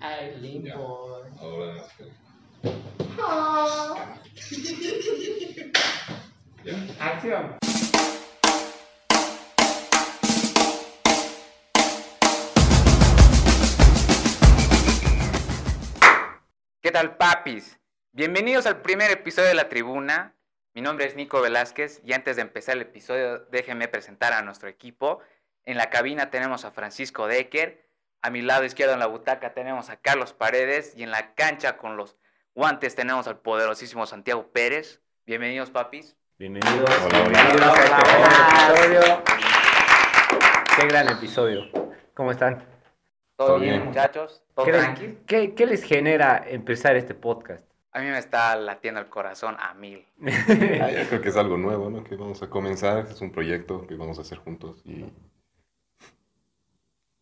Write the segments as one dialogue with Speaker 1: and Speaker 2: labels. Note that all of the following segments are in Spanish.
Speaker 1: Ay, limbo.
Speaker 2: Ahora en las películas. Ya.
Speaker 1: Acción.
Speaker 3: ¿Qué tal, papis? Bienvenidos al primer episodio de La Tribuna. Mi nombre es Nico Velázquez y antes de empezar el episodio, déjenme presentar a nuestro equipo. En la cabina tenemos a Francisco Decker, a mi lado izquierdo en la butaca tenemos a Carlos Paredes y en la cancha con los guantes tenemos al poderosísimo Santiago Pérez. Bienvenidos, papis.
Speaker 4: Bienvenidos.
Speaker 2: Hola,
Speaker 4: bienvenidos a este
Speaker 3: hola.
Speaker 4: nuevo episodio. Qué gran episodio. ¿Cómo están?
Speaker 3: ¿Todo,
Speaker 2: Todo
Speaker 3: bien,
Speaker 2: bien.
Speaker 3: muchachos? ¿Todo
Speaker 4: ¿Qué les,
Speaker 3: tranqui?
Speaker 4: qué- qué les genera empezar este podcast?
Speaker 3: A mí me está latiendo el corazón a mil.
Speaker 2: Ah, yo creo que es algo nuevo, ¿no? Que vamos a comenzar. Es un proyecto que vamos a hacer juntos. Y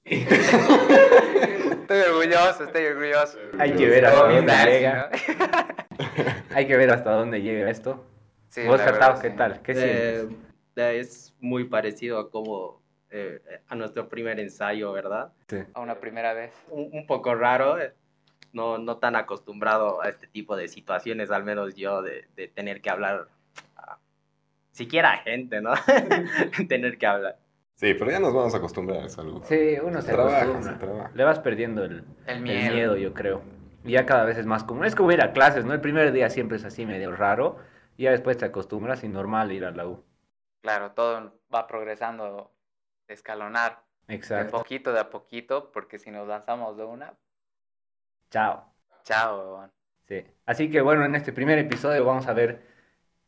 Speaker 3: Estoy orgulloso, estoy orgulloso.
Speaker 4: Hay que ver hasta
Speaker 3: Todo bien,
Speaker 4: dónde llega.
Speaker 3: ¿no?
Speaker 4: Hay que ver hasta dónde llega esto.
Speaker 3: Sí,
Speaker 4: Vos,
Speaker 3: la verdad,
Speaker 4: Cartago, ¿qué
Speaker 3: sí.
Speaker 4: tal? ¿Qué
Speaker 1: Eh,
Speaker 4: sientes?
Speaker 1: eh, es muy parecido a como eh, a nuestro primer ensayo, ¿verdad?
Speaker 3: A una primera vez.
Speaker 1: Un, un poco raro, eh, no, no tan acostumbrado a este tipo de situaciones, al menos yo, de, de tener que hablar, a- siquiera a gente, ¿no? tener que hablar.
Speaker 2: Sí, pero ya nos vamos a acostumbrar. Es algo.
Speaker 4: Sí, uno se
Speaker 2: trabaja, se
Speaker 4: acostumbra.
Speaker 2: trabaja.
Speaker 4: Le vas perdiendo el,
Speaker 3: El
Speaker 4: el
Speaker 3: miedo.
Speaker 4: miedo, yo creo. Y ya cada vez es más común. Es como ir a clases, ¿no? El primer día siempre es así medio raro. Y ya después te acostumbras y normal ir a la U.
Speaker 3: Claro, todo va progresando de escalonar, de
Speaker 4: Exacto.
Speaker 3: poquito de a poquito, porque si nos lanzamos de una,
Speaker 4: Chao.
Speaker 3: chao, huevón.
Speaker 4: Sí. Así que bueno, en este primer episodio vamos a ver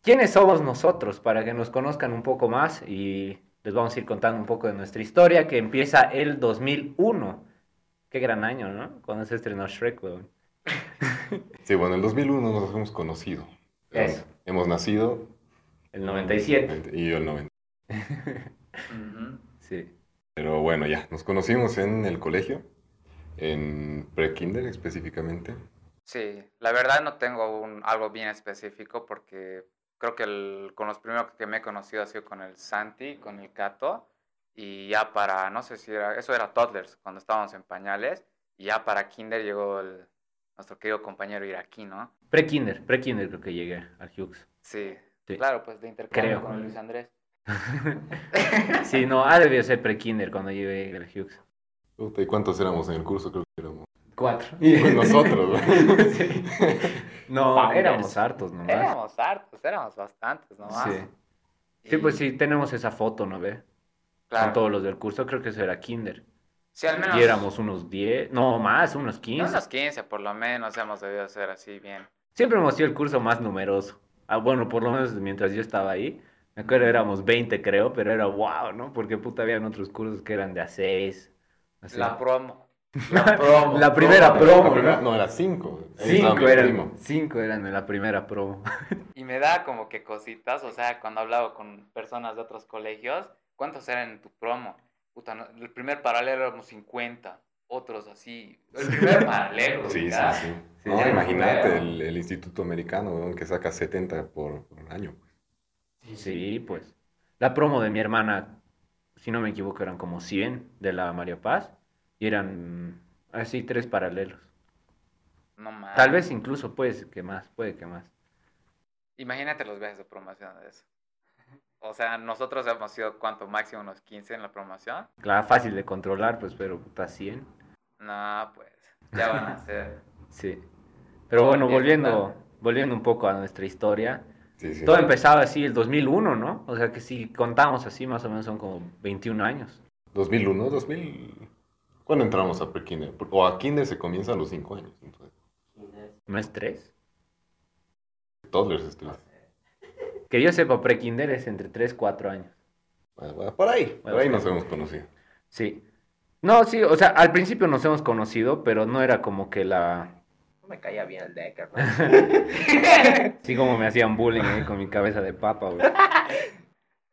Speaker 4: quiénes somos nosotros para que nos conozcan un poco más y les vamos a ir contando un poco de nuestra historia que empieza el 2001. Qué gran año, ¿no? Cuando se estrenó Shrek, weón.
Speaker 2: Sí, bueno, en el 2001 nos hemos conocido.
Speaker 4: Eso.
Speaker 2: Hemos nacido.
Speaker 4: El 97.
Speaker 2: Y yo el 90.
Speaker 3: Ujú.
Speaker 4: Sí.
Speaker 2: Pero bueno, ya, nos conocimos en el colegio, en pre-kinder específicamente.
Speaker 3: Sí, la verdad no tengo un, algo bien específico porque creo que el- con los primeros que me he conocido ha sido con el Santi, con el Cato, y ya para, no sé si era, eso era toddlers, cuando estábamos en pañales, y ya para kinder llegó el- nuestro querido compañero iraquí, ¿no?
Speaker 4: Pre-kinder, pre-kinder creo que llegué al Hughes.
Speaker 3: Sí,
Speaker 4: Sí.
Speaker 3: claro, pues de intercambio
Speaker 4: Creo.
Speaker 3: con el Luis Andrés.
Speaker 4: Sí, no, ha debido ser pre-kinder cuando llegué al Hughes.
Speaker 2: Puta, ¿Y cuántos éramos en el curso? Creo que éramos
Speaker 4: Cuatro.
Speaker 2: pues nosotros, ¿no?
Speaker 4: Sí. No,
Speaker 1: Founders.
Speaker 4: éramos hartos nomás.
Speaker 3: Éramos ah. hartos, éramos bastantes nomás.
Speaker 4: Sí. Sí, pues sí, tenemos esa foto, ¿no ve? Con
Speaker 3: Claro.
Speaker 4: todos los del curso, creo que eso era kinder.
Speaker 3: Sí, al menos.
Speaker 4: Y éramos unos 10, no más, unos 15.
Speaker 3: Unos 15 por lo menos hemos debido hacer así bien.
Speaker 4: Siempre hemos sido el curso más numeroso. Ah, bueno, por lo menos mientras yo estaba ahí. Me acuerdo éramos 20, creo, pero era wow, ¿no? Porque puta, habían otros cursos que eran de a 6.
Speaker 3: La promo. La promo.
Speaker 4: La primera
Speaker 2: La
Speaker 4: promo,
Speaker 2: primera-
Speaker 4: ¿no?
Speaker 2: no, era cinco. Ahí estaba mi
Speaker 4: Cinco eran,
Speaker 2: primo.
Speaker 4: cinco eran de la primera promo.
Speaker 3: Y me da como que cositas, o sea, cuando hablaba con personas de otros colegios, ¿cuántos eran en tu promo? Puta, no- el primer paralelo éramos 50, otros así. El primer paralelo.
Speaker 2: Sí, sí,
Speaker 3: ¿verdad?
Speaker 2: sí.
Speaker 4: Sí,
Speaker 2: no,
Speaker 4: era
Speaker 2: imagínate
Speaker 3: primero.
Speaker 2: el, el Instituto Americano, weón, que saca 70 por, por año.
Speaker 4: Sí, pues. La promo de mi hermana, si no me equivoco, eran como 100 de la María Paz. Y eran mm, así tres paralelos.
Speaker 3: No mames.
Speaker 4: Tal vez incluso, pues, que más, puede que más.
Speaker 3: Imagínate los viajes de promoción de eso. O sea, nosotros hemos sido, ¿cuánto? Máximo unos 15 en la promoción.
Speaker 4: Claro, fácil de controlar, pues, pero puta 100.
Speaker 3: No, pues, ya van a ser.
Speaker 4: Sí. Pero bueno,
Speaker 3: Bien,
Speaker 4: volviendo,
Speaker 3: claro.
Speaker 4: volviendo un poco a nuestra historia.
Speaker 2: Sí, sí.
Speaker 4: Todo empezaba así el 2001, ¿no? O sea que si contamos así, más o menos son como 21 años.
Speaker 2: 2001, 2000. ¿Cuándo entramos a pre-kinder? O a kinder se comienza a los 5 años. Entonces,
Speaker 4: ¿No es 3?
Speaker 2: toddlers, este,
Speaker 4: Ah. Que yo sepa, pre-kinder es entre 3, 4 años.
Speaker 2: bueno, bueno, por ahí, por
Speaker 4: Bueno,
Speaker 2: ahí
Speaker 4: sí.
Speaker 2: nos hemos conocido.
Speaker 4: Sí. No, sí, o sea, al principio nos hemos conocido, pero no era como que la...
Speaker 1: No me caía bien el Decker, ¿no?
Speaker 4: Así como me hacían bullying ahí con mi cabeza de papa, güey.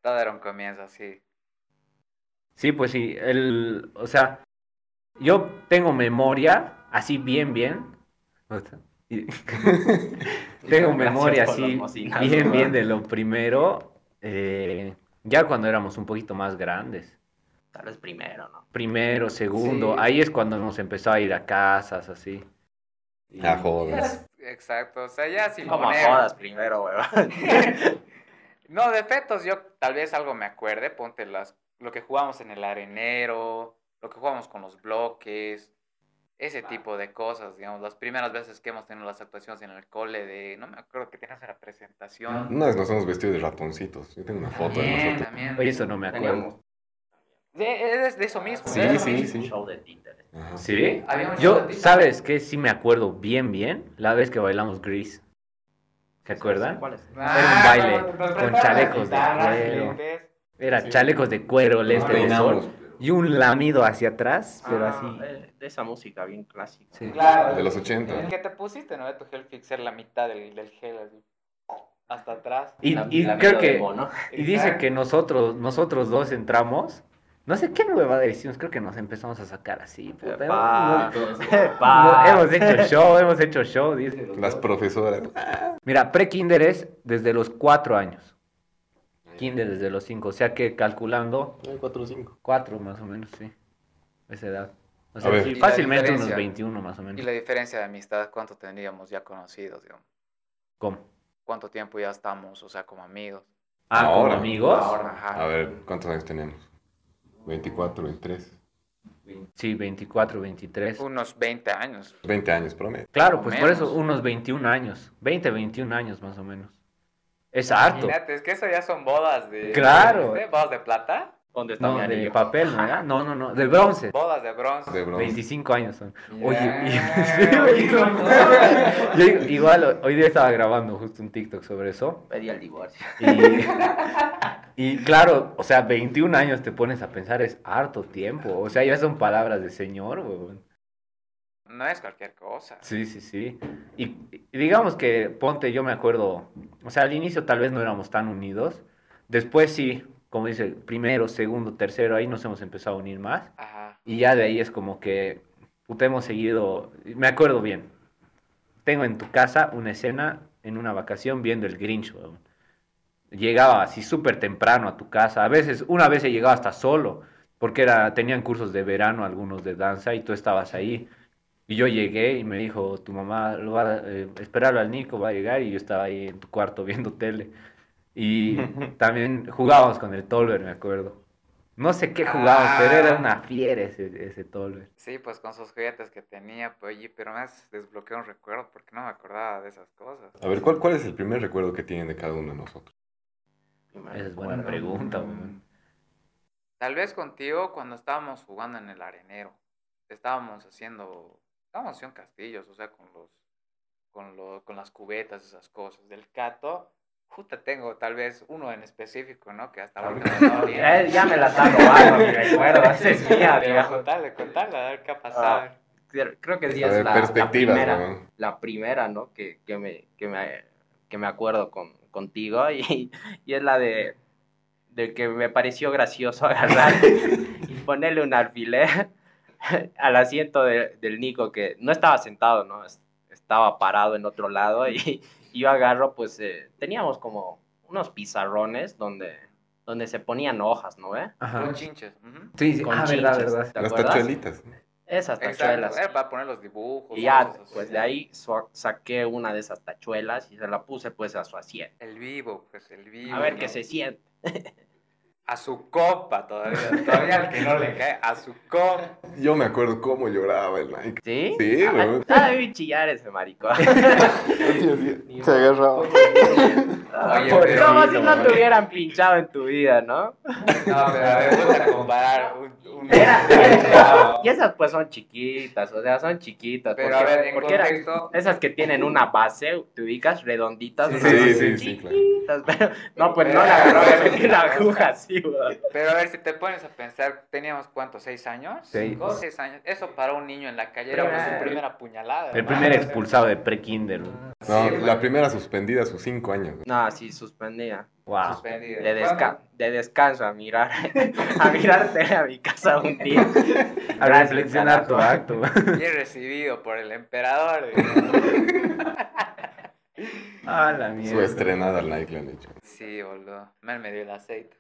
Speaker 3: Todo era un comienzo así.
Speaker 4: Sí, pues sí, el, o sea, yo tengo memoria así bien, bien. O sea, y- tengo
Speaker 1: Gracias
Speaker 4: memoria
Speaker 1: por los
Speaker 4: así
Speaker 1: mocinazos,
Speaker 4: bien,
Speaker 1: ¿no?
Speaker 4: bien de lo primero, eh, ya cuando éramos un poquito más grandes.
Speaker 1: Tal vez primero, ¿no?
Speaker 4: Primero, segundo,
Speaker 3: Sí.
Speaker 4: ahí es cuando nos empezó a ir a casas, así. Y-
Speaker 2: Ah, jodas.
Speaker 3: Exacto, o sea, ya sin
Speaker 1: Como
Speaker 3: poner...
Speaker 1: jodas primero, weón.
Speaker 3: No, de fetos, yo tal vez algo me acuerde, ponte las, lo que jugamos en el arenero, lo que jugamos con los bloques, ese tipo de cosas, digamos, las primeras veces que hemos tenido las actuaciones en el cole de, no me acuerdo que tenías una presentación.
Speaker 2: Una vez nos hemos vestido de ratoncitos. Yo tengo una
Speaker 4: Ah,
Speaker 2: foto de
Speaker 3: También,
Speaker 2: nosotros.
Speaker 3: también.
Speaker 4: Oye, eso no me acuerdo.
Speaker 1: Teníamos
Speaker 3: De, es de eso mismo.
Speaker 2: Sí,
Speaker 3: de eso
Speaker 2: sí,
Speaker 3: mismo.
Speaker 2: sí.
Speaker 1: un show de Tinder.
Speaker 2: Ajá.
Speaker 4: ¿Sí?
Speaker 3: Había un show
Speaker 4: Yo,
Speaker 3: de Disney.
Speaker 4: ¿sabes qué? Sí me acuerdo bien, bien, la vez que bailamos Grease. ¿Te acuerdan?
Speaker 1: ¿Cuál es?
Speaker 4: Ah, Era un baile
Speaker 3: cuando nos
Speaker 4: con
Speaker 3: prestaban
Speaker 4: chalecos de
Speaker 3: guitarras,
Speaker 4: cuero.
Speaker 3: lentes.
Speaker 4: Era
Speaker 3: Sí.
Speaker 4: chalecos de cuero,
Speaker 2: Nos
Speaker 4: lentes de
Speaker 2: peinamos,
Speaker 4: sol y un lamido hacia atrás, pero
Speaker 1: Ah,
Speaker 4: así.
Speaker 1: eh, de esa música bien clásica.
Speaker 4: Sí.
Speaker 3: Claro.
Speaker 2: De los
Speaker 3: El
Speaker 2: 80.
Speaker 3: que te pusiste, ¿no? De tu gel fixer, la mitad del, del gel, así, hasta atrás.
Speaker 4: Y,
Speaker 1: La-
Speaker 4: y
Speaker 1: la
Speaker 4: creo
Speaker 1: vida de
Speaker 4: que
Speaker 1: Bono.
Speaker 4: y dice que nosotros nosotros dos entramos, no sé qué nueva decimos, creo que nos empezamos a sacar
Speaker 3: Eh,
Speaker 4: así. puta, hemos-
Speaker 1: Epa.
Speaker 4: no-
Speaker 1: Epa.
Speaker 4: no- hemos hecho show, hemos hecho show. dice.
Speaker 2: Las profesoras.
Speaker 4: Ah, Mira, pre-kinder es desde los cuatro años,
Speaker 3: Eh.
Speaker 4: kinder desde los cinco, o sea que calculando
Speaker 2: 4 o 5.
Speaker 4: cuatro más o menos, sí, esa edad. O
Speaker 2: A
Speaker 4: sea,
Speaker 2: ver.
Speaker 4: sí,
Speaker 3: Y la
Speaker 4: fácilmente unos
Speaker 3: diferencia.
Speaker 4: 21 más o
Speaker 3: Y
Speaker 4: menos.
Speaker 3: la diferencia de amistad, ¿cuánto tendríamos ya conocidos, digamos?
Speaker 4: ¿Cómo?
Speaker 3: ¿Cuánto tiempo ya estamos, o sea, como amigos?
Speaker 4: Ah, ¿como
Speaker 2: Ahora.
Speaker 4: amigos?
Speaker 3: Ahora, ajá.
Speaker 2: A ver, ¿cuántos años tenemos? 24, 23.
Speaker 4: Sí, 24, 23.
Speaker 3: Unos 20 años.
Speaker 2: 20 años promedio.
Speaker 4: Claro,
Speaker 3: o
Speaker 4: pues por
Speaker 3: menos.
Speaker 4: eso unos 21 años, 20, 21 años más o menos. Es harto.
Speaker 3: Imagínate, es que eso ya son bodas de...
Speaker 4: Claro.
Speaker 3: ¿de ¿Bodas de plata?
Speaker 1: ¿Dónde está
Speaker 4: No,
Speaker 1: mi
Speaker 4: de
Speaker 1: pues, anillo?
Speaker 4: papel, ¿no? era? No, no, no, de bronce.
Speaker 3: Bodas de bronce.
Speaker 2: De bronce.
Speaker 4: 25 años son.
Speaker 3: Ya.
Speaker 4: Oye, y- sí, güey, no. Yo igual hoy día estaba grabando justo un TikTok sobre eso.
Speaker 1: Pedí el divorcio.
Speaker 4: Y, y claro, o sea, 21 años te pones a pensar es harto tiempo. O sea, ya son palabras de señor, weón.
Speaker 3: No es cualquier cosa.
Speaker 4: Sí, sí, sí. Y, y digamos que, ponte, yo me acuerdo, o sea, al inicio tal vez no éramos tan unidos. Después sí, como dice, primero, segundo, tercero, ahí nos hemos empezado a unir más.
Speaker 3: Ajá.
Speaker 4: Y ya de ahí es como que puta, hemos seguido, me acuerdo bien. Tengo en tu casa una escena en una vacación viendo el Grinch, weón. Llegaba así súper temprano a tu casa. A veces, una vez he llegado hasta solo, porque era, tenían cursos de verano, algunos de danza, y tú estabas ahí. Y yo llegué y me dijo, tu mamá, lo va a- eh, esperarlo al Nico, va a llegar, y yo estaba ahí en tu cuarto viendo tele. Y también jugábamos con el Tolver, me acuerdo. No sé qué jugábamos, pero era
Speaker 3: Ah.
Speaker 4: una fiera ese, ese Tolver.
Speaker 3: Sí, pues con sus juguetes que tenía, pues, oye, pero me has desbloqueado un recuerdo porque no me acordaba de esas cosas.
Speaker 2: A ver, ¿cuál, ¿cuál es el primer recuerdo que tienen de cada uno de nosotros?
Speaker 4: Esa es buena pregunta, weón.
Speaker 3: Tal vez contigo cuando estábamos jugando en el arenero. Estábamos haciendo. Estábamos haciendo castillos, o sea, con los. Con, lo- con las cubetas, esas cosas. Del cato. Justa tengo tal vez uno en específico, ¿no? Que hasta ahorita no lo
Speaker 1: Eh, ya me la está robando, mi recuerdo. Ese es mía,
Speaker 3: Pero
Speaker 1: viejo. Ah.
Speaker 3: contale, contale, a ver qué ha pasado.
Speaker 1: Creo creo que sí
Speaker 2: a
Speaker 1: es
Speaker 2: ver,
Speaker 1: la, la
Speaker 2: perspectivas,
Speaker 1: primera.
Speaker 2: ¿no?
Speaker 1: la primera, ¿no? Que, que, me, que, me, que me acuerdo con, contigo y, y es la de, de que me pareció gracioso agarrar y ponerle un alfiler al asiento de- del Nico que no estaba sentado, ¿no? Es- Estaba parado en otro lado y, y yo agarro, pues eh, teníamos como unos pizarrones donde, donde se ponían hojas, ¿no? ¿Eh?
Speaker 4: Ajá.
Speaker 3: Con chinches. ujú.
Speaker 4: Sí, sí.
Speaker 1: Con
Speaker 4: Ah, verdad,
Speaker 1: chinches,
Speaker 4: verdad.
Speaker 1: ¿te
Speaker 2: Las
Speaker 1: acuerdas?
Speaker 2: tachuelitas.
Speaker 1: Esas tachuelas.
Speaker 3: Exacto. eh, para poner los dibujos.
Speaker 1: Y ya,
Speaker 3: cosas así.
Speaker 1: pues de ahí so- saqué una de esas tachuelas y se la puse pues a su asiento.
Speaker 3: El vivo, pues el vivo.
Speaker 1: A ver
Speaker 3: ¿no?
Speaker 1: qué se siente.
Speaker 3: A su copa todavía. Todavía al que no le cae. A su copa.
Speaker 2: Yo me acuerdo cómo lloraba el Nike.
Speaker 1: ¿Sí?
Speaker 2: Sí,
Speaker 1: Ah,
Speaker 2: güey.
Speaker 1: ah, debí chillar ese maricón.
Speaker 2: Así, así, Se agarraba.
Speaker 1: Ah,
Speaker 3: pero-
Speaker 1: Como si no
Speaker 3: güey.
Speaker 1: te hubieran pinchado en tu vida, ¿no?
Speaker 3: No, pero a ver, vamos a comparar un... un-
Speaker 1: Y esas pues son chiquitas, o sea, son chiquitas.
Speaker 3: pero a
Speaker 1: porque-
Speaker 3: ver, en
Speaker 1: porque eran
Speaker 3: contexto...
Speaker 1: esas que tienen una base, te ubicas redonditas.
Speaker 3: Sí,
Speaker 1: o sea,
Speaker 2: sí,
Speaker 1: son
Speaker 2: sí, sí, claro.
Speaker 1: chiquitas, pero- no, pues no la agarró le metí la aguja así, güey.
Speaker 3: Pero a ver, si te pones a pensar, ¿teníamos cuántos? ¿Seis años?
Speaker 4: Seis.
Speaker 3: ¿Cinco? Seis años. Eso para un niño en la calle era pues, su
Speaker 1: Primer-
Speaker 3: primera puñalada.
Speaker 4: El
Speaker 3: ¿no?
Speaker 4: primer expulsado de pre-kinder. weón.
Speaker 2: No,
Speaker 3: Sí,
Speaker 2: la primera suspendida a sus 5 años. güey.
Speaker 1: No, sí, suspendía.
Speaker 4: Wow.
Speaker 3: Suspendido.
Speaker 1: De,
Speaker 3: Bueno,
Speaker 1: desca- de descanso a mirar, a mirarte a mi casa un día.
Speaker 4: A
Speaker 1: Gracias,
Speaker 4: reflexionar tu
Speaker 1: carajo.
Speaker 4: acto.
Speaker 3: Bien recibido por el emperador.
Speaker 4: Ah, la
Speaker 2: Su este-
Speaker 4: mierda.
Speaker 2: estrenada al Nike le han hecho.
Speaker 3: Sí, boludo. Mal me dio el aceite.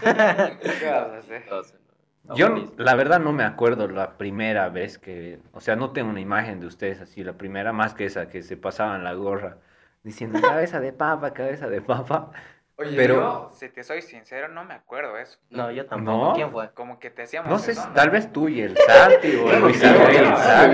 Speaker 3: ¿Qué vas a hacer?
Speaker 1: Entonces,
Speaker 4: Yo, la verdad, no me acuerdo la primera vez que. O sea, no tengo una imagen de ustedes así, la primera, más que esa que se pasaban la gorra diciendo cabeza de papa, cabeza de papa.
Speaker 3: Oye,
Speaker 4: Pero-
Speaker 3: yo, si te soy sincero, no me acuerdo eso.
Speaker 1: No, yo tampoco.
Speaker 4: ¿No?
Speaker 1: ¿Quién fue?
Speaker 3: Como que te hacíamos
Speaker 4: No sé,
Speaker 3: eso,
Speaker 4: si- tal vez tú y el Santi o el Luis Andrés,
Speaker 2: claro,
Speaker 4: el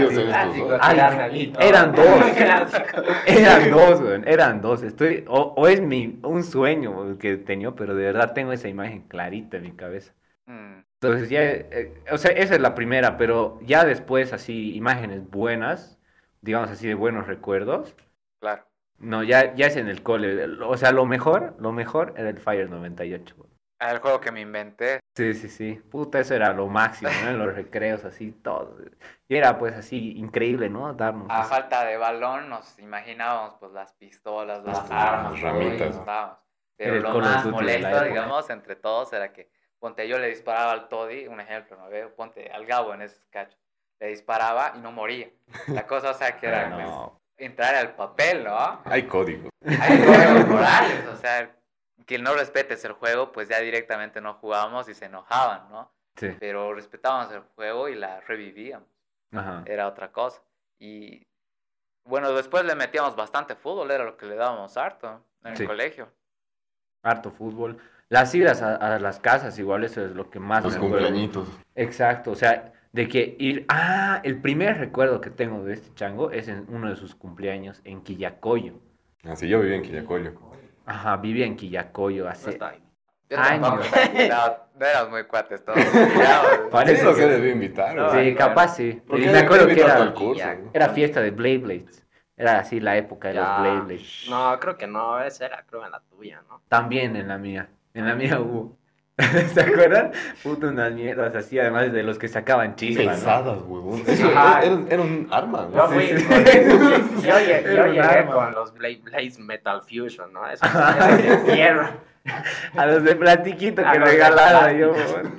Speaker 2: claro,
Speaker 4: Santi.
Speaker 2: claro.
Speaker 4: Ay, eran dos. Eran dos, weón, eran dos. Estoy, o, o es mi, un sueño que he tenido, pero de verdad tengo esa imagen clarita en mi cabeza.
Speaker 3: Mm,
Speaker 4: Entonces ya, eh, o sea, esa es la primera, pero ya después así, imágenes buenas, digamos así, de buenos recuerdos.
Speaker 3: claro.
Speaker 4: No, ya, ya es en el cole. O sea, lo mejor, lo mejor era el Fire 98. weón.
Speaker 3: Ah, El juego que me inventé.
Speaker 4: Sí, sí, sí. Puta, eso era lo máximo, ¿no? En los recreos, así, todo. Y era pues así, increíble, ¿no? Darnos.
Speaker 3: A
Speaker 4: así.
Speaker 3: falta de balón nos imaginábamos pues las pistolas, las
Speaker 2: Las
Speaker 3: armas, todo, y
Speaker 2: ramitas.
Speaker 3: jugábamos.
Speaker 4: Era
Speaker 3: Pero
Speaker 4: el
Speaker 3: lo
Speaker 4: Call of
Speaker 3: más
Speaker 4: Duty de la
Speaker 3: molesto,
Speaker 4: época.
Speaker 3: digamos, entre todos era que ponte yo le disparaba al Toddy, un ejemplo, no veo, ponte al Gabo en esos cachos. Le disparaba y no moría. La cosa, o sea, que era
Speaker 4: Pero no.
Speaker 3: pues, entrar al papel, ¿no?
Speaker 2: Hay códigos.
Speaker 3: Hay juegos morales, o sea, que no respetes el juego, pues ya directamente no jugábamos y se enojaban, ¿no?
Speaker 4: Sí,
Speaker 3: Pero respetábamos el juego y la revivíamos
Speaker 4: ajá.
Speaker 3: era otra cosa. Y bueno, después le metíamos bastante fútbol, era lo que le dábamos harto en el
Speaker 4: Sí.
Speaker 3: colegio.
Speaker 4: Harto fútbol. Las idas a, a las casas, igual, eso es lo que más
Speaker 2: Los
Speaker 4: me acuerdo.
Speaker 2: cumpleañitos.
Speaker 4: Exacto, o sea, de que ir. Ah, el primer recuerdo que tengo de este chango es en uno de sus cumpleaños en Quillacoyo.
Speaker 2: Así Ah, yo vivía en Quillacollo.
Speaker 4: Ajá, vivía en Quillacoyo
Speaker 1: No
Speaker 4: hace.
Speaker 1: está ahí.
Speaker 3: Yo
Speaker 4: Ay,
Speaker 3: tampoco
Speaker 4: no.
Speaker 3: me cuidaba, no éramos muy cuates todos. cuidado.
Speaker 4: Parece
Speaker 2: Sí, los
Speaker 4: que-
Speaker 2: he debido invitar.
Speaker 1: No,
Speaker 2: güey.
Speaker 4: Sí,
Speaker 1: claro.
Speaker 4: capaz sí.
Speaker 2: ¿Por qué
Speaker 4: me
Speaker 2: no
Speaker 4: acuerdo
Speaker 2: te
Speaker 4: que
Speaker 2: invitaste
Speaker 4: era,
Speaker 2: al curso?
Speaker 1: Ya.
Speaker 2: güey?
Speaker 4: era fiesta de Blade Blades. Era así la época de
Speaker 1: Ya.
Speaker 4: los Blade Blades.
Speaker 1: No, creo que no, esa era creo en la tuya, ¿no?
Speaker 4: También en la mía. En la mía hubo. ¿Se acuerdan? Puta, unas mierdas así, además de los que sacaban chispas. ¿no?
Speaker 2: Pesadas, huevón. Eso
Speaker 1: Ajá.
Speaker 2: era, era un arma,
Speaker 1: Yo
Speaker 2: güey.
Speaker 1: fui,
Speaker 4: sí.
Speaker 1: yo llegué, yo
Speaker 4: Era un
Speaker 1: llegué
Speaker 4: arma.
Speaker 1: con los Blade Blaze Metal Fusion, ¿no? Eso es de hierro.
Speaker 4: A los de platiquito
Speaker 1: A
Speaker 4: que
Speaker 1: los de
Speaker 4: regalaba yo.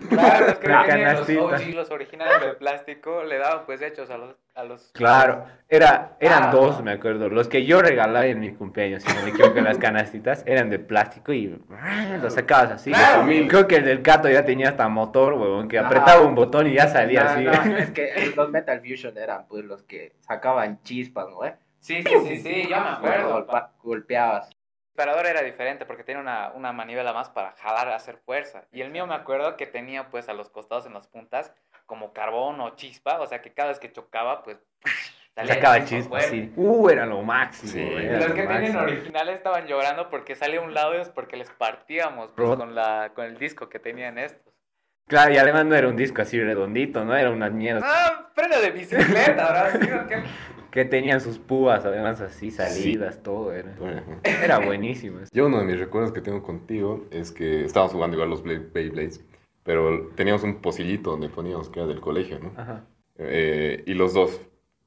Speaker 3: Claro, los que
Speaker 4: La
Speaker 3: venían los
Speaker 4: canastita.
Speaker 3: OG, los originales de plástico, le daban pues hechos a los... A los
Speaker 4: Claro, era, eran
Speaker 3: Ah.
Speaker 4: dos, me acuerdo. Los que yo regalaba en mi cumpleaños, si no me equivoco, las canastitas eran de plástico y ah, los sacabas así.
Speaker 3: Claro.
Speaker 4: Creo que el del gato ya tenía hasta motor, huevón, que
Speaker 1: Ajá.
Speaker 4: apretaba un botón y ya salía
Speaker 1: No,
Speaker 4: así.
Speaker 1: no, es que los Metal Fusion eran pues los que sacaban chispas, ¿no? eh?
Speaker 3: Sí, sí, sí, sí, yo me acuerdo. El
Speaker 1: Golpa- golpeabas.
Speaker 3: disparador era diferente porque tenía una, una manivela más para jalar, hacer fuerza. Y el mío me acuerdo que tenía pues a los costados en las puntas como carbón o chispa, o sea que cada vez que chocaba pues... salía
Speaker 4: Sacaba
Speaker 3: chispa
Speaker 4: chispas
Speaker 3: fuerte.
Speaker 4: así. Uh, era lo máximo.
Speaker 2: Sí.
Speaker 4: era
Speaker 3: Los
Speaker 4: lo
Speaker 3: que tienen
Speaker 4: máximo.
Speaker 3: originales estaban llorando porque salía un lado y es porque les partíamos pues,
Speaker 4: Rot-
Speaker 3: con, la, con el disco que tenían estos.
Speaker 4: Claro, y además no era un disco así redondito, no era unas mierdas
Speaker 3: ¡Ah! ¡Freno de bicicleta! ahora sí, ¿o qué?
Speaker 4: que tenían sus púas, además así, salidas, todo era.
Speaker 2: Bueno,
Speaker 4: Era buenísimo. eso.
Speaker 2: Yo uno de mis recuerdos que tengo contigo es que estábamos jugando igual los Blade- Beyblades, pero teníamos un pocillito donde poníamos que era del colegio, ¿no?
Speaker 4: Ajá.
Speaker 2: Eh, y los dos,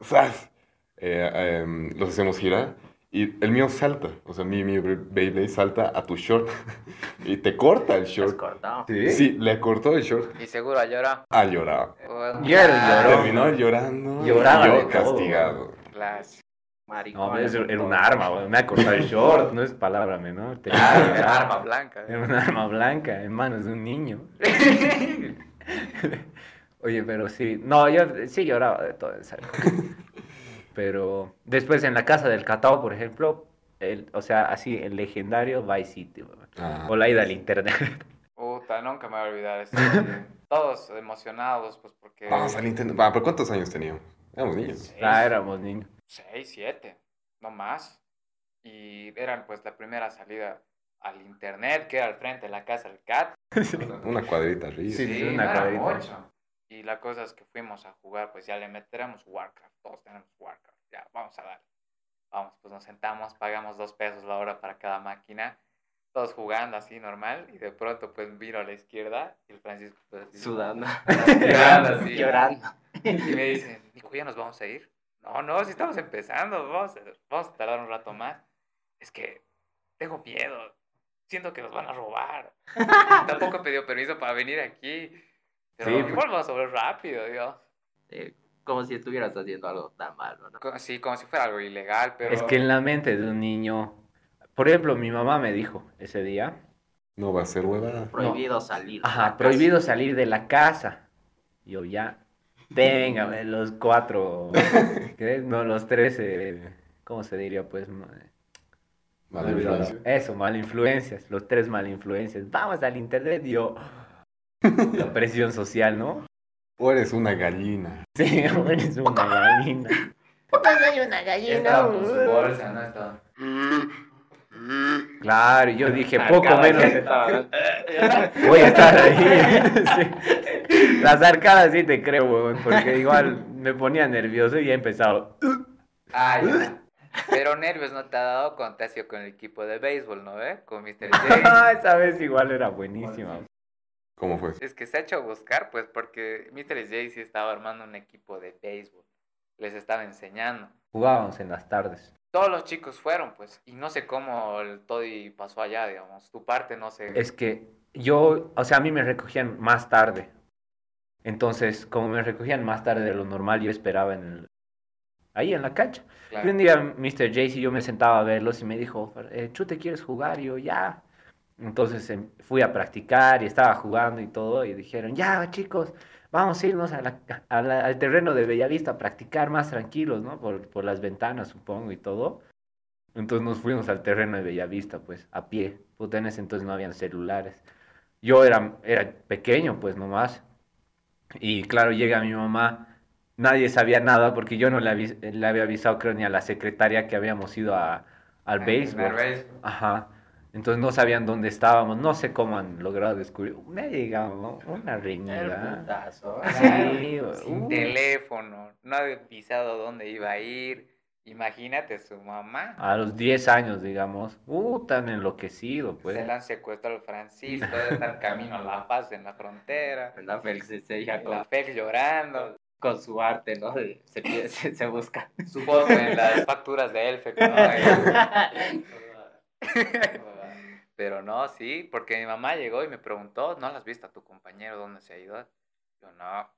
Speaker 2: ¡zas! Eh, em, los hacemos girar y el mío salta, o sea, mi, mi Beyblade salta a tu short y te corta el
Speaker 1: Los
Speaker 2: short.
Speaker 1: cortaba.
Speaker 4: ¿Sí?
Speaker 2: Sí, le cortó el short.
Speaker 3: Y seguro llora.
Speaker 2: Ah, lloraba.
Speaker 4: Ya
Speaker 2: Ah,
Speaker 4: era Ah, Lloró.
Speaker 2: Terminó llorando.
Speaker 4: Lloraba
Speaker 2: y
Speaker 4: de
Speaker 2: yo
Speaker 4: todo.
Speaker 2: castigado.
Speaker 3: Las-
Speaker 4: No,
Speaker 1: Maricón.
Speaker 4: pero eso era un arma, güey. Me ha cortado el short, no es palabra menor. te-
Speaker 3: Ah, el arma blanca.
Speaker 4: Era un arma blanca en manos de un niño. Oye, pero sí, no, yo sí lloraba de todo esa época. Pero después en la casa del Catao, por ejemplo, el- o sea, así el legendario Vice City, güey.
Speaker 2: Ah,
Speaker 4: o la
Speaker 3: pues
Speaker 4: ida al internet.
Speaker 3: Puta, nunca me voy a olvidar eso. Todos emocionados, pues porque...
Speaker 2: Vamos al Nintendo. Ah, ¿pero cuántos años teníamos? Éramos niños.
Speaker 3: Seis,
Speaker 4: Ah, éramos niños.
Speaker 3: seis, siete, no más. Y eran pues la primera salida al internet, que era al frente de la casa del cat.
Speaker 2: Una cuadrita arriba.
Speaker 4: Sí, sí, una
Speaker 3: no era
Speaker 4: cuadrita.
Speaker 3: mucho. Y la cosa es que fuimos a jugar, pues ya le meteremos Warcraft, todos tenemos Warcraft, ya, vamos a dar. Vamos, pues nos sentamos, pagamos dos pesos la hora para cada máquina, todos jugando así normal, y de pronto pues miro a la izquierda y el Francisco pues, así,
Speaker 1: Sudando.
Speaker 3: llorando así.
Speaker 1: Llorando.
Speaker 3: Y me dicen, Nico, ¿ya nos vamos a ir? No, no, si estamos empezando, vamos a, vamos a tardar un rato más. Es que tengo miedo, siento que nos van a robar. Tampoco he pedido permiso para venir aquí. Pero
Speaker 4: Sí,
Speaker 3: igual
Speaker 4: pues.
Speaker 3: vamos a volver rápido, digo.
Speaker 1: Eh, como si estuvieras haciendo algo tan malo, ¿no?
Speaker 3: Co- Sí, como si fuera algo ilegal, pero...
Speaker 4: Es que en la mente de un niño, por ejemplo, mi mamá me dijo ese día,
Speaker 2: No va a ser huevada.
Speaker 1: Prohibido salir.
Speaker 4: ajá, prohibido salir de la casa. Yo ya. Venga, los cuatro. ¿qué? No, los tres. eh, ¿Cómo se diría? Pues. ma-
Speaker 2: Mala influencia.
Speaker 4: Eso, mal influencias. Los tres mal influencias. Vamos al internet. y Yo. La presión social, ¿no?
Speaker 2: O eres una gallina.
Speaker 4: Sí, eres una gallina.
Speaker 3: Ya estaba con su bolsa, ¿no? Estaba...
Speaker 4: Claro, yo dije,
Speaker 1: Marcado,
Speaker 4: poco menos.
Speaker 1: ya estaba.
Speaker 4: Voy a estar ahí. Sí. Las arcadas sí te creo, huevón, porque igual me ponía nervioso y he empezado.
Speaker 3: Ay, ya. Pero nervios no te ha dado contagio con el equipo de béisbol, ¿no? ¿Eh? Con Mr. James.
Speaker 4: Esa vez igual era buenísima.
Speaker 2: ¿Cómo fue? eso?
Speaker 3: Es que se ha hecho buscar, pues, porque Mr. J sí estaba armando un equipo de béisbol. Les estaba enseñando.
Speaker 4: Jugábamos en las tardes.
Speaker 3: Todos los chicos fueron, pues, y no sé cómo el Toddy pasó allá, digamos. Tu parte no sé.
Speaker 4: Es que yo, o sea, a mí me recogían más tarde. Entonces, como me recogían más tarde de lo normal, yo esperaba en el- ahí en la cancha. Y
Speaker 3: claro.
Speaker 4: un día Mr. Jace y yo me sentaba a verlos y me dijo, eh, te ¿quieres jugar? Y yo, ya. Entonces em, fui a practicar y estaba jugando y todo y dijeron, ya chicos, vamos a irnos a la- a la- al terreno de Bellavista a practicar más tranquilos, ¿no? Por, por las ventanas, supongo, y todo. Entonces nos fuimos al terreno de Bellavista, pues, a pie. Puta, en ese entonces no habían celulares. Yo era, era pequeño, pues, nomás. Y claro, llega mi mamá. Nadie sabía nada porque yo no le, avis- le había avisado, creo, ni a la secretaria que habíamos ido a- al béisbol.
Speaker 3: Al béisbol.
Speaker 4: Ajá. Entonces no sabían dónde estábamos. No sé cómo han logrado descubrir. Una llegamos, una
Speaker 1: El
Speaker 4: reñida.
Speaker 1: putazo.
Speaker 4: Sí,
Speaker 3: Sin
Speaker 4: uh.
Speaker 3: teléfono, no había avisado dónde iba a ir. Imagínate su mamá.
Speaker 4: A los 10 años, digamos. Uh, tan enloquecido, pues.
Speaker 3: Se le han secuestrado al Francisco, debe estar camino a La Paz en la frontera.
Speaker 1: La Félix se deja
Speaker 3: La
Speaker 1: con,
Speaker 3: Fel llorando.
Speaker 1: con su arte, ¿no? Se, pide- se- se busca.
Speaker 3: Su foto en las facturas de Elfe. ¿no? Pero no, sí, porque mi mamá llegó y me preguntó, ¿no las has visto a tu compañero dónde se ha ido? Yo no,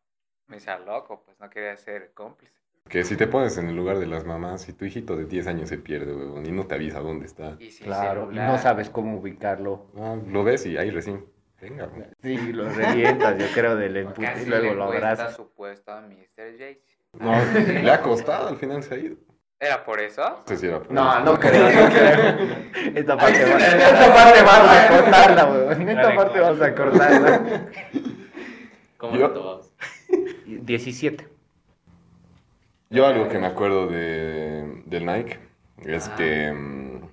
Speaker 3: me hice al loco, pues no quería ser cómplice.
Speaker 2: Que si te pones en el lugar de las mamás, si tu hijito de 10 años se pierde, huevón, y no te avisa dónde está.
Speaker 3: Y sin
Speaker 4: Claro, y
Speaker 3: celular.
Speaker 4: no sabes cómo ubicarlo.
Speaker 2: Ah, lo ves y ahí recién. Venga, güey.
Speaker 4: Sí, lo revientas, yo creo, del empuje
Speaker 3: Casi
Speaker 4: pues, y luego lo
Speaker 3: abrazas.
Speaker 4: abrazas.
Speaker 3: supuesto a Mr. Jace. Ah,
Speaker 2: No, le ha costado, al final se ha ido.
Speaker 3: ¿Era por eso?
Speaker 2: No sé si era por-
Speaker 4: No, no creo, no creo. Esta parte, va- esta parte vamos a cortarla, weón. Esta parte vamos a cortarla.
Speaker 1: Como
Speaker 2: Yo-
Speaker 1: todos.
Speaker 4: 17.
Speaker 2: Yo algo que me acuerdo de, del Nike es
Speaker 3: Ah.
Speaker 2: que mm,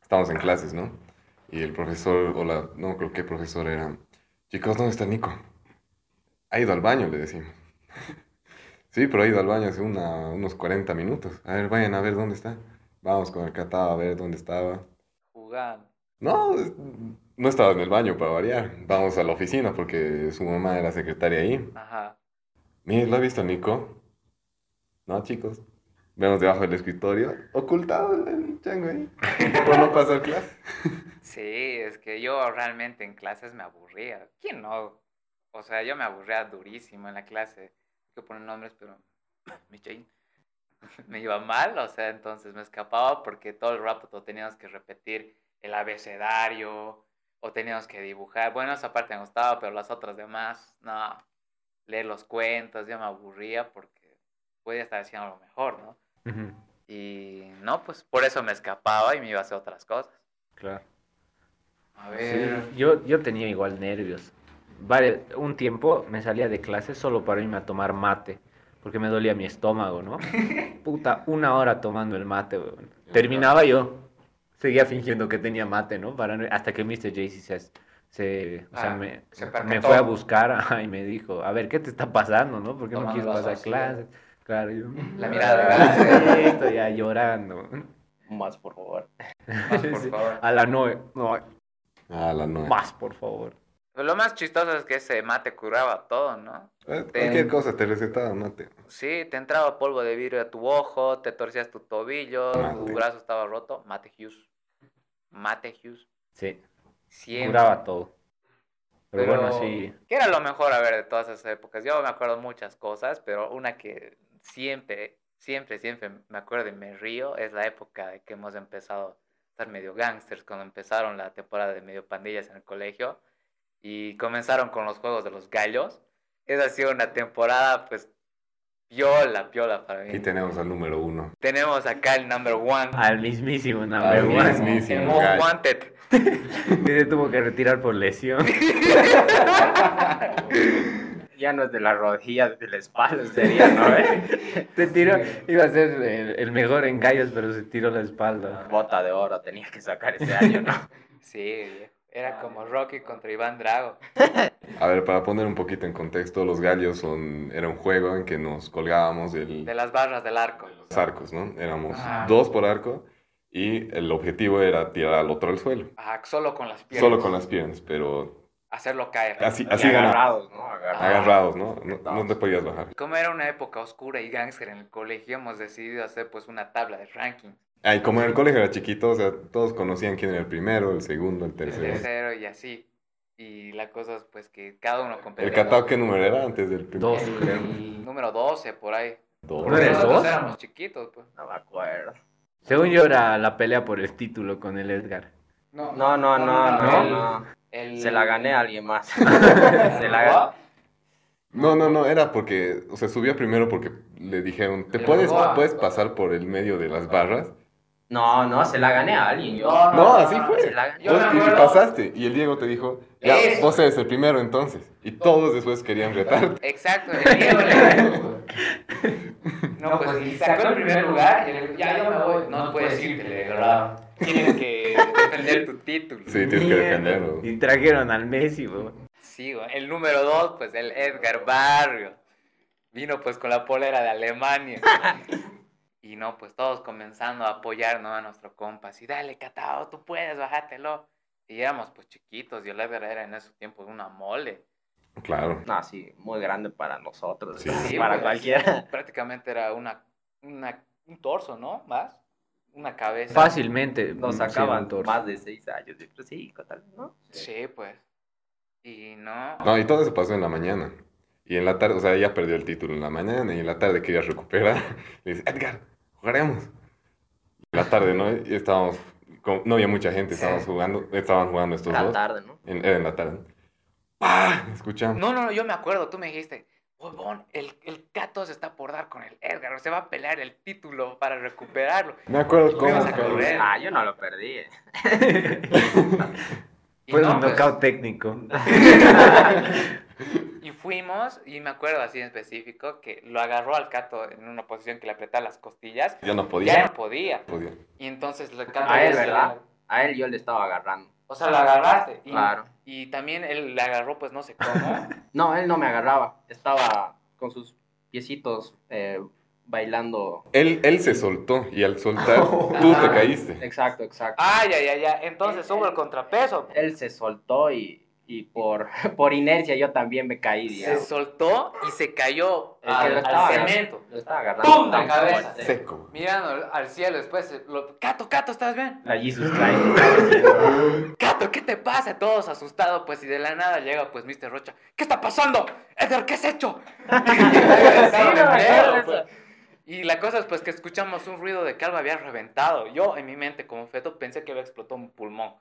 Speaker 2: estábamos en clases, ¿no? Y el profesor, o la, no creo que profesor era, chicos, ¿dónde está Nico? Ha ido al baño, le decimos. Sí, pero ha ido al baño hace una- unos 40 minutos. A ver, vayan a ver dónde está. Vamos con el catado a ver dónde estaba.
Speaker 3: Jugando.
Speaker 2: No, es- no estaba en el baño para variar. Vamos a la oficina porque su mamá era secretaria ahí.
Speaker 3: Ajá.
Speaker 2: Miren, ¿lo ha visto Nico? No, chicos. Vemos debajo del escritorio, ocultado el- el chango ahí, por no pasar clase.
Speaker 3: Sí, es que yo realmente en clases me aburría. ¿Quién no? O sea, yo me aburría durísimo en la clase. Hay que poner nombres, pero mi Jane, me iba mal, o sea, entonces me escapaba porque todo el rato teníamos que repetir el abecedario o teníamos que dibujar. Bueno, esa parte me gustaba, pero las otras demás, no. Leer los cuentos, yo me aburría porque podía estar haciendo lo mejor, ¿no?
Speaker 4: Ujú,
Speaker 3: Y no, pues por eso me escapaba y me iba a hacer otras cosas.
Speaker 4: Claro.
Speaker 3: A
Speaker 4: Sí, Eh, yo, yo tenía igual nervios. Vale, un tiempo me salía de clase solo para irme a tomar mate, porque me dolía mi estómago, ¿no? Puta, una hora tomando el mate, weón.
Speaker 3: Ah,
Speaker 4: Terminaba yo, seguía fingiendo que tenía mate, ¿no? Para no- hasta que Mr. Jaycee se, se, o sea,
Speaker 3: Ah,
Speaker 4: me,
Speaker 3: se
Speaker 4: me
Speaker 3: percató.
Speaker 4: fue a buscar ajá, y me dijo, a ver, ¿qué te está pasando, no? ¿Por qué no
Speaker 3: Tomando
Speaker 4: quieres
Speaker 3: las
Speaker 4: pasar
Speaker 3: once, ya.
Speaker 4: clases? Claro, yo... "Mm,
Speaker 3: La mirada, ¿verdad?
Speaker 4: Estoy ya llorando.
Speaker 1: Más, por favor.
Speaker 3: Más, por favor.
Speaker 4: A la nueve, no,
Speaker 2: Ah, la nueve.
Speaker 4: más, por favor.
Speaker 3: Pero Pues Lo más chistoso es que ese mate curaba todo, ¿no?
Speaker 2: Eh, Cualquier cosa te recetaba mate.
Speaker 3: Sí, te entraba polvo de vidrio a tu ojo, te torcías tu tobillo, tu
Speaker 2: Mate.
Speaker 3: brazo estaba roto. Mate Hughes. Mate Hughes.
Speaker 4: Sí.
Speaker 3: Siempre.
Speaker 4: Curaba todo. Pero, bueno, sí.
Speaker 3: ¿Qué era lo mejor, a ver, de todas esas épocas? Yo me acuerdo muchas cosas, pero una que siempre, siempre, siempre me acuerdo y me río es la época de que hemos empezado a estar medio gangsters, cuando empezaron la temporada de medio pandillas en el colegio y comenzaron con los juegos de los gallos Esa ha sido una temporada, pues, piola, piola para
Speaker 2: Aquí
Speaker 3: mí.
Speaker 2: tenemos al número uno.
Speaker 3: Tenemos acá el number one,
Speaker 4: Al mismísimo number
Speaker 2: Al
Speaker 4: one.
Speaker 3: el
Speaker 2: mismísimo.
Speaker 3: most
Speaker 2: gallo.
Speaker 3: wanted.
Speaker 4: Que se tuvo que retirar por lesión.
Speaker 1: Ya no es de la rodilla, de la espalda sería, ¿no? eh?
Speaker 4: Se tiró, iba a ser el, el mejor en gallos, pero se tiró la espalda.
Speaker 1: Bota de oro tenía que sacar ese año, ¿no?
Speaker 3: Sí, viejo. era como Rocky contra Iván Drago.
Speaker 2: A ver, para poner un poquito en contexto, los gallos son, era un juego en que nos colgábamos del,
Speaker 3: De las barras del arco.
Speaker 2: los arcos, ¿no? Éramos
Speaker 3: Ah.
Speaker 2: dos por arco y el objetivo era tirar al otro al suelo.
Speaker 3: Ajá, solo con las piernas.
Speaker 2: Solo con las piernas, pero
Speaker 3: Hacerlo caer.
Speaker 2: así,
Speaker 1: Y
Speaker 2: así ganaba.
Speaker 1: agarrados, ¿no? Agarrados.
Speaker 2: Agarrados, ¿no? No, no te podías bajar.
Speaker 3: Como era una época oscura y gángster en el colegio, hemos decidido hacer pues una tabla de rankings.
Speaker 2: Ay, como en el colegio era chiquito, o sea, todos conocían quién era el primero, el segundo, el
Speaker 3: El
Speaker 2: tercero.
Speaker 3: tercero y así. Y la cosa es pues que cada uno competía.
Speaker 2: El catao, ¿qué número era antes del primero?
Speaker 4: Dos. creo.
Speaker 3: El número 12 por ahí.
Speaker 2: Dos.
Speaker 4: ¿No eres
Speaker 3: Nosotros
Speaker 4: dos?
Speaker 3: éramos chiquitos, pues.
Speaker 1: No me acuerdo.
Speaker 4: Según yo era la pelea por el título con el Edgar.
Speaker 1: No, no, no, no,
Speaker 4: ¿No?
Speaker 1: no.
Speaker 3: El-
Speaker 1: Se la gané a alguien más. Se la gané.
Speaker 2: No, no, no, era porque, o sea, subió primero porque le dijeron, te
Speaker 3: El
Speaker 2: puedes,
Speaker 3: Balboa.
Speaker 2: puedes pasar por el medio de
Speaker 3: Ah.
Speaker 2: las barras.
Speaker 1: No, no, se la gané a alguien yo.
Speaker 3: No,
Speaker 2: No, así
Speaker 1: Se
Speaker 2: fue.
Speaker 1: la gané.
Speaker 3: Ah, Yo
Speaker 2: Vos-
Speaker 3: me
Speaker 2: y
Speaker 3: acuerdo.
Speaker 2: pasaste. Y el Diego te dijo, ya,
Speaker 3: Eso.
Speaker 2: vos eres el primero entonces. Y todos después querían retarte.
Speaker 3: Exacto, el Diego le ganó. No, pues y sacó el primer lugar y le dijo, ya yo me voy. No puedes irte, le verdad. Tienes que defender tu título.
Speaker 2: Sí, tienes que
Speaker 4: Mierda.
Speaker 2: defenderlo.
Speaker 4: Y trajeron al Messi, bo.
Speaker 3: Sí, güey. el número dos, pues el Edgar Barrio. Vino pues con la polera de Alemania. y no, pues todos comenzando a apoyar ¿no? a nuestro compa. Así, dale, Catao, tú puedes, bájatelo. Y éramos pues chiquitos. Yo la verdad era en esos tiempos una mole.
Speaker 2: Claro.
Speaker 1: No, sí, muy grande para nosotros.
Speaker 2: Sí.
Speaker 1: ¿no?
Speaker 3: Sí,
Speaker 1: para
Speaker 3: pues.
Speaker 1: cualquiera.
Speaker 3: Prácticamente era una, una- un torso, ¿no? Más. Una cabeza.
Speaker 4: Fácilmente.
Speaker 1: Nos
Speaker 4: sí,
Speaker 1: sacaban
Speaker 4: un torso.
Speaker 1: más de seis años. Yo, pues, sí, con tal, ¿no?
Speaker 3: Sí, pues. Y no.
Speaker 2: No, y todo eso pasó en la mañana. Y en la tarde, o sea, ella perdió el título en la mañana y en la tarde quería recuperar. Le dice, Edgar, jugaremos. En la tarde, ¿no? Y estábamos, con- no había mucha gente, estábamos
Speaker 3: Sí.
Speaker 2: jugando, estaban jugando estos
Speaker 1: Era
Speaker 2: dos.
Speaker 1: tarde, ¿no?
Speaker 2: En, era en la tarde. ¡Pah! Escuchamos.
Speaker 3: No, no, no, yo me acuerdo, tú me dijiste, huevón, el, el gato se está por dar con el Edgar, se va a pelear el título para recuperarlo.
Speaker 2: Me acuerdo
Speaker 3: Y
Speaker 2: cómo.
Speaker 3: fuimos a
Speaker 2: cabrón.
Speaker 3: correr.
Speaker 1: Ah, yo no lo perdí. eh.
Speaker 3: Y,
Speaker 4: Fue
Speaker 3: no,
Speaker 4: un
Speaker 3: pues,
Speaker 4: knockout técnico.
Speaker 3: y fuimos, y me acuerdo así en específico, que lo agarró al gato en una posición que le apretaba las costillas,
Speaker 2: Yo no podía.
Speaker 3: ya no podía.
Speaker 2: podía.
Speaker 3: Y entonces el gato...
Speaker 1: A él,
Speaker 3: ya se-
Speaker 1: Ah, ¿verdad? A él yo le estaba agarrando.
Speaker 3: O sea, lo agarraste. Y,
Speaker 1: Claro.
Speaker 3: y también él le agarró, pues no sé cómo.
Speaker 1: No, él no me agarraba. Estaba con sus piecitos eh, bailando.
Speaker 2: Él, él se soltó y al soltar, tú te
Speaker 3: Ajá.
Speaker 2: caíste.
Speaker 1: Exacto, exacto.
Speaker 3: Ah, ya, ya, ya. Entonces hubo el contrapeso.
Speaker 1: Él se soltó y, y por, por inercia yo también me caí.
Speaker 3: Se
Speaker 1: digamos.
Speaker 3: soltó y se cayó
Speaker 1: El que
Speaker 3: al,
Speaker 1: lo Ah, estaba
Speaker 3: al
Speaker 1: agarrando.
Speaker 3: cemento.
Speaker 1: Lo estaba agarrando.
Speaker 3: ¡Pum! La cabeza.
Speaker 1: Sí.
Speaker 2: Seco.
Speaker 3: Mirando al- al cielo después, eh, lo- Cato, Cato, ¿estás bien?
Speaker 1: La Jesus Christ.
Speaker 3: Cato, ¿qué te pasa? Todos asustados, pues, y de la nada llega, pues, Mr. Rocha. ¿Qué está pasando? Edgar, ¿qué has hecho?
Speaker 1: Sí, no, no,
Speaker 3: Pues, Y la cosa es, pues, que escuchamos un ruido de que algo había reventado. Yo, en mi mente, como feto, pensé que había explotado un pulmón.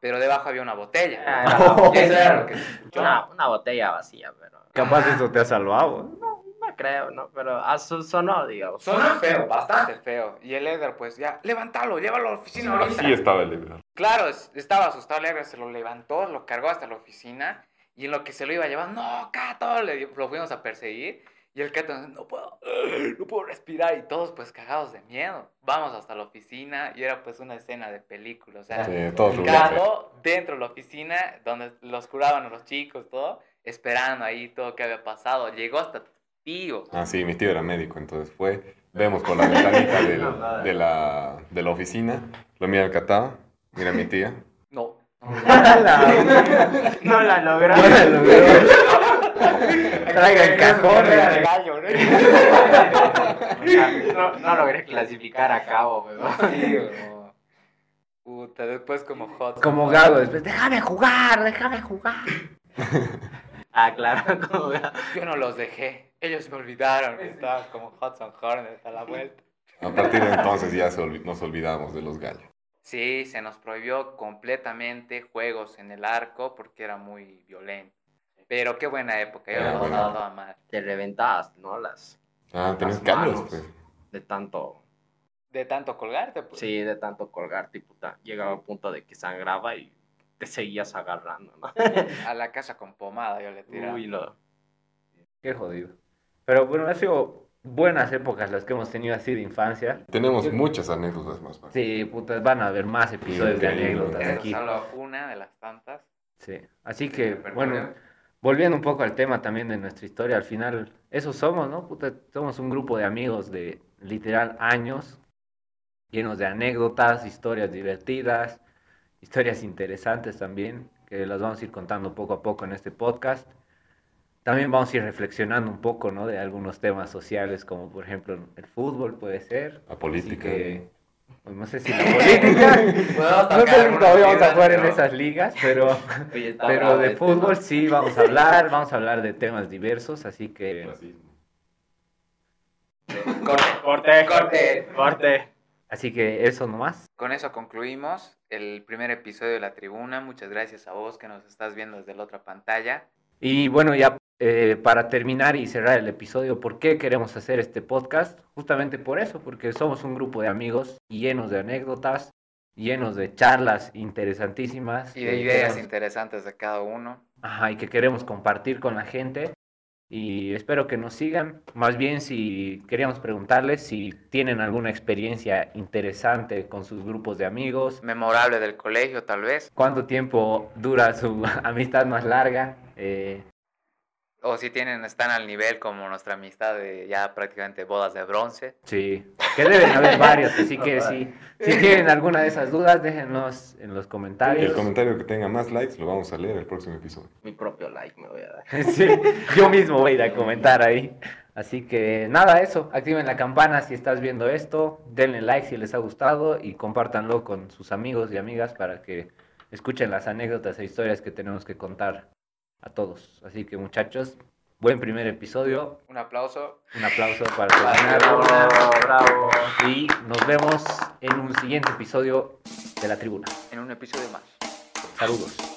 Speaker 3: Pero debajo había una
Speaker 1: Ah,
Speaker 3: botella.
Speaker 1: era una
Speaker 3: Y eso
Speaker 1: botella.
Speaker 3: era lo que se escuchó.
Speaker 1: Una, una botella vacía, pero
Speaker 4: Capaz eso te ha salvado.
Speaker 1: no creo, ¿no? Pero a su sonó, digamos.
Speaker 3: Sonó feo, bastante Este feo. Y el Edgar, pues, ya, levántalo, llévalo a la oficina ahorita.
Speaker 2: Así estaba el Edgar.
Speaker 3: Claro, es- estaba asustado, Leagra se lo levantó, lo cargó hasta la oficina y en lo que se lo iba llevando, no, Cato, le di- lo fuimos a perseguir y el Cato, no puedo, no puedo respirar y todos pues cagados de miedo. Vamos hasta la oficina y era pues una escena de película, o sea,
Speaker 2: Sí, todos rubiados.
Speaker 3: Cato dentro de la oficina donde los curaban a los chicos, todo, esperando ahí todo que había pasado, llegó hasta tío.
Speaker 2: Ah, sí, mi tío era médico, entonces fue. Vemos por la ventanita del-
Speaker 1: No, nada.
Speaker 2: de, la, de la oficina, lo mira el catado, mira a mi tía.
Speaker 3: No,
Speaker 1: No la
Speaker 4: Ahora
Speaker 1: lograron.
Speaker 4: lo veo. Traigan
Speaker 3: Era de
Speaker 4: cajones.
Speaker 3: gallo, ¿no?
Speaker 1: No, no logré clasificar a cabo, weón.
Speaker 3: Sí, como- Puta, después como hot.
Speaker 4: Como gago después. Déjame jugar, déjame jugar.
Speaker 1: Ah, claro, como
Speaker 3: Yo no los dejé. Ellos me olvidaron. Estaba como Hudson Hornet a la vuelta.
Speaker 2: A partir de entonces ya se olvi- nos olvidamos de los gallos.
Speaker 3: Sí, se nos prohibió completamente juegos en el arco porque era muy violento. Pero qué buena época, yo
Speaker 2: Era
Speaker 3: lo
Speaker 2: buena.
Speaker 3: pasaba todo a madre.
Speaker 1: Te reventabas, ¿no? Las
Speaker 2: Ah, tenés
Speaker 1: Las
Speaker 2: cambios,
Speaker 1: manos.
Speaker 2: pues.
Speaker 1: de tanto,
Speaker 3: De tanto colgarte, pues.
Speaker 1: sí, de tanto colgarte y puta, llegaba a un punto de que sangraba y te seguías agarrando, ¿no?
Speaker 3: A la casa con pomada yo le tiraba.
Speaker 1: Uy, no.
Speaker 4: Qué jodido. Pero bueno, han sido buenas épocas las que hemos tenido así de infancia.
Speaker 2: Tenemos muchas anécdotas más. Paco.
Speaker 4: Sí, putas, van a haber más episodios de
Speaker 2: Increíble.
Speaker 4: anécdotas
Speaker 3: Esa es
Speaker 4: aquí.
Speaker 3: solo una de las tantas.
Speaker 4: Sí. Así que,
Speaker 3: Perdón,
Speaker 4: bueno,
Speaker 3: ¿eh?
Speaker 4: volviendo un poco al tema también de nuestra historia, al final, eso somos, ¿no? Puta, somos un grupo de amigos de literal años, llenos de anécdotas, historias divertidas, historias interesantes también, que las vamos a ir contando poco a poco en este podcast. También vamos a ir reflexionando un poco, ¿no? De algunos temas sociales, como por ejemplo el fútbol puede ser.
Speaker 2: La
Speaker 4: Así
Speaker 2: política.
Speaker 4: que, pues, no sé si la política.
Speaker 3: Podemos
Speaker 4: No
Speaker 3: tocar
Speaker 4: sé si
Speaker 3: algunos
Speaker 4: todavía vamos a
Speaker 3: temas,
Speaker 4: jugar en
Speaker 3: pero-
Speaker 4: esas ligas, pero,
Speaker 1: Oye, está
Speaker 4: pero
Speaker 1: bravo
Speaker 4: de
Speaker 1: este,
Speaker 4: fútbol
Speaker 1: ¿no?
Speaker 4: sí vamos a hablar, vamos a hablar de temas diversos, así que
Speaker 3: pues.
Speaker 2: Racismo.
Speaker 3: Corte. Corte.
Speaker 1: Corte, corte, corte.
Speaker 4: así que eso nomás.
Speaker 3: Con eso concluimos el primer episodio de La Tribuna. Muchas gracias a vos que nos estás viendo desde la otra pantalla.
Speaker 4: Y bueno, ya eh, para terminar y cerrar el episodio, ¿por qué queremos hacer este podcast? Justamente por eso, porque somos un grupo de amigos llenos de anécdotas, llenos de charlas interesantísimas.
Speaker 3: Y de
Speaker 4: que
Speaker 3: ideas
Speaker 4: queremos-
Speaker 3: interesantes de cada uno.
Speaker 4: Ajá, y que queremos compartir con la gente. Y espero que nos sigan. Más bien, si queríamos preguntarles si tienen alguna experiencia interesante con sus grupos de amigos,
Speaker 3: Memorable del colegio, tal vez.
Speaker 4: cuánto tiempo dura su amistad más larga. Eh,
Speaker 3: O si tienen, están al nivel como nuestra amistad de ya prácticamente bodas de bronce.
Speaker 4: sí, que deben haber varios. Así que si, si tienen alguna de esas dudas, déjenlos en los
Speaker 2: El
Speaker 4: comentarios.
Speaker 2: comentario que tenga más likes lo vamos a leer el próximo episodio.
Speaker 1: Mi propio like me voy a dar.
Speaker 4: Sí, yo mismo voy a ir a comentar ahí. Así que nada, eso. Activen la campana si estás viendo esto. Denle like si les ha gustado y compártanlo con sus amigos y amigas para que escuchen las anécdotas e historias que tenemos que contar a todos. Así que muchachos, buen primer episodio.
Speaker 3: Un aplauso.
Speaker 4: Un aplauso para Fernando
Speaker 1: Bravo, bravo.
Speaker 4: y nos vemos en un siguiente episodio de la tribuna.
Speaker 3: en un episodio más.
Speaker 4: Saludos.